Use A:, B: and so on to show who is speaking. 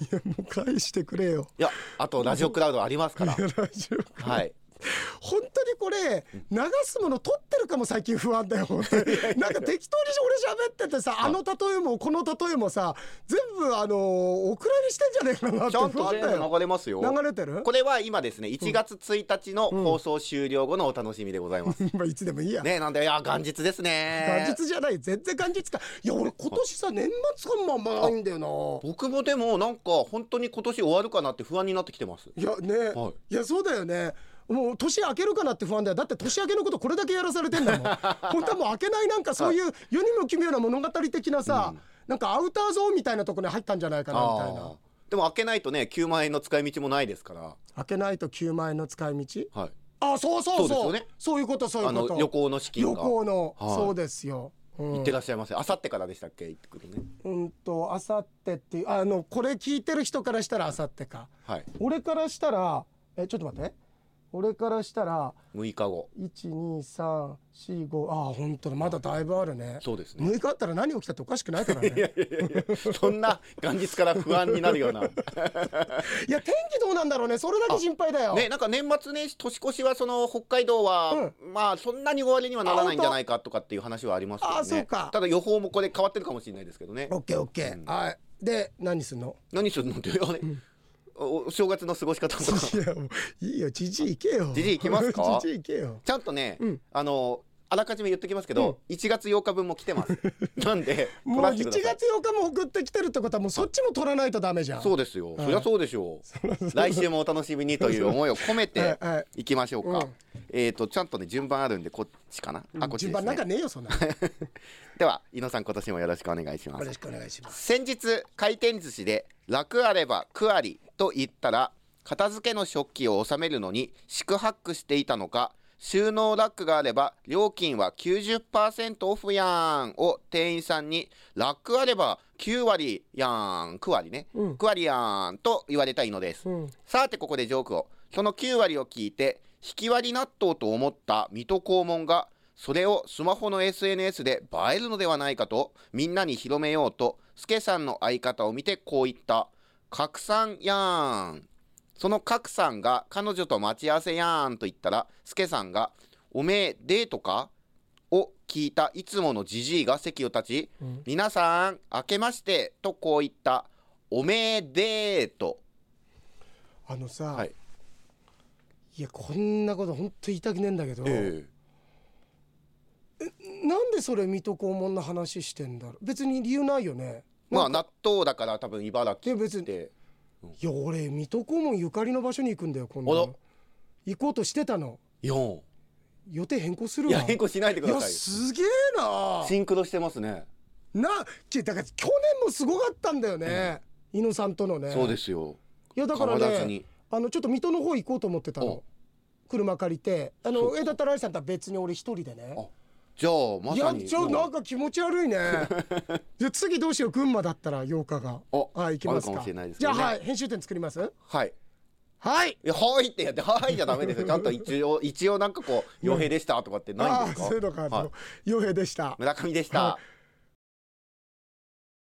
A: いやもう返してくれよ
B: いやあとラジオクラウドありま すから
A: いやラジオ
B: はい
A: 本当にこれ流すもの撮ってるかも最近不 安だよ本当になんか適当に俺喋っててさあの例えもこの例えもさ全部あのお蔵にしてんじゃねえかなっ
B: ち
A: て
B: ゃん
A: 不
B: と
A: 安
B: 全
A: だ
B: 部
A: よ
B: 流れますよ
A: 流れてる
B: これは今ですね1月1日の放送終了後のお楽しみでございます、
A: まあいつでもいいや、
B: ねなんでいや元日ですね
A: 元日じゃない全然元日かいや俺今年さ年末感もあんまないんだよな
B: 僕もでもなんか本当に今年終わるかなって不安になってきてます
A: いやね、
B: は
A: い、
B: い
A: やそうだよねもう年明けるかなって不安だよだって年明けのことこれだけやらされてん だもん本当はもう明けないなんかそういう世にも奇妙な物語的なさ、なんかアウターゾーンみたいなところに入ったんじゃないかなみたいな
B: あーでも開けないとね9万円の使い道もないですから、
A: 開けないと9万円の使い道
B: はい、
A: あそうそう
B: そ
A: そう
B: うですよね
A: そういうことそうい
B: あ
A: うこ
B: の
A: と
B: 旅行の資金
A: 旅
B: が
A: 行の、
B: はい
A: そうですよ、うん
B: 行ってらっしゃいませあさってからでしたっけ行ってくるね
A: うんとあさってっていうあのこれ聞いてる人からしたらあさってか
B: はい
A: 俺からしたらえちょっと待って俺からしたら
B: 6日後
A: 12345ああ本当だまだだいぶあるね
B: そうですね
A: 6日あったら何起きたっておかしくないからねいや
B: そんな元日から不安になるような
A: 天気どうなんだろうねそれだけ心配だよ、
B: ねなんか年末年始年越しはその北海道は、まあそんなに終わりにはならないんじゃないかとかっていう話はありますけどね
A: あそうか
B: ただ予報もこれ変わってるかもしれないですけどね
A: オッケーオッケー、はいで何すんの
B: 何するのってあれ、おお正月の過ごし方 とか
A: いやもういいよじじい行けよ
B: じじい行きますか
A: じじい行けよ
B: ちゃんとね、
A: うん
B: あのあらかじめ言っときますけど、1月8日分も来てます なんで
A: も
B: 取
A: う
B: らせ
A: 1
B: て
A: 月8
B: ください
A: 日も送ってきてるってことはもうそっちも取らないとダメじゃん。
B: そうですよ、
A: はい
B: そりゃそうでしょう来週もお楽しみにという思いを込め て
A: はいはい
B: いきましょうか、
A: うん
B: えっ、とちゃんとね順番あるんでこっちかなあこっち
A: 順
B: で
A: 番
B: す
A: な
B: ね
A: んかねえよそんな。よ
B: では井野さん今年もよろしくお願いしま
A: ろ
B: す
A: しくお願いします。
B: 先日回転寿司で楽あれば苦ありと言ったら片付けの食器を収めるのに四苦八苦していたのか収納ラックがあれば料金は90%オフやんを店員さんにラックあれば9割やん9割ね、
A: うん
B: 9割やんと言われたいのです、
A: うん。
B: さてここでジョークをその9割を聞いて引き割り納豆と思った水戸黄門がそれをスマホの SNS で映えるのではないかとみんなに広めようとスケさんの相方を見てこう言った「拡散やーん」その角さんが彼女と待ち合わせやーんと言ったらスケさんが「おめえデートか?」を聞いたいつものじじいが席を立ち
A: うん
B: 「皆さん明けまして」とこう言った「おめえデート」
A: あのさ、
B: はい
A: い、やこんなこと本当言いたくねえんだけど、なんでそれ水戸黄門の話してんだろう。別に理由ないよね。
B: まあ
A: なんか
B: 納豆だから多分茨城
A: で別に
B: で
A: いや俺水戸黄門ゆかりの場所に行くんだよ今
B: あら
A: 度。行こうとしてたの。
B: 4
A: 予定変更する
B: い
A: わ。
B: や変更しないでく
A: い
B: だ
A: や
B: さい
A: すげえな。
B: シンクロしてますね
A: な、ちだから去年もすごかったんだよね。猪野さんとのね。
B: そうですよ
A: いやだから
B: 変わら
A: ね
B: ずに、
A: あのちょっと水戸の方行こうと思ってた
B: お
A: の。車借りて、あ
B: そう
A: の
B: か
A: 江田太郎さんとは別に俺一人でね
B: あ。じゃあま
A: い
B: さ
A: や
B: に
A: ちょなん
B: も
A: か気持ち悪い ね。じゃあ次どうしよう群馬だったら8日が。
B: お
A: あ行きます
B: あるか
A: か
B: もしれないです。け
A: じ
B: ど
A: ゃ
B: ね
A: あはい編集点作ります。
B: うはい
A: はい。
B: いやはいってやってはいじゃダメですよちゃんと一応一応なんかこう傭兵でしたとかってないん
A: あ
B: で
A: あ
B: すか
A: そういうのかあ
B: はい
A: の傭兵でした。
B: 村上でし
A: は
B: た
A: い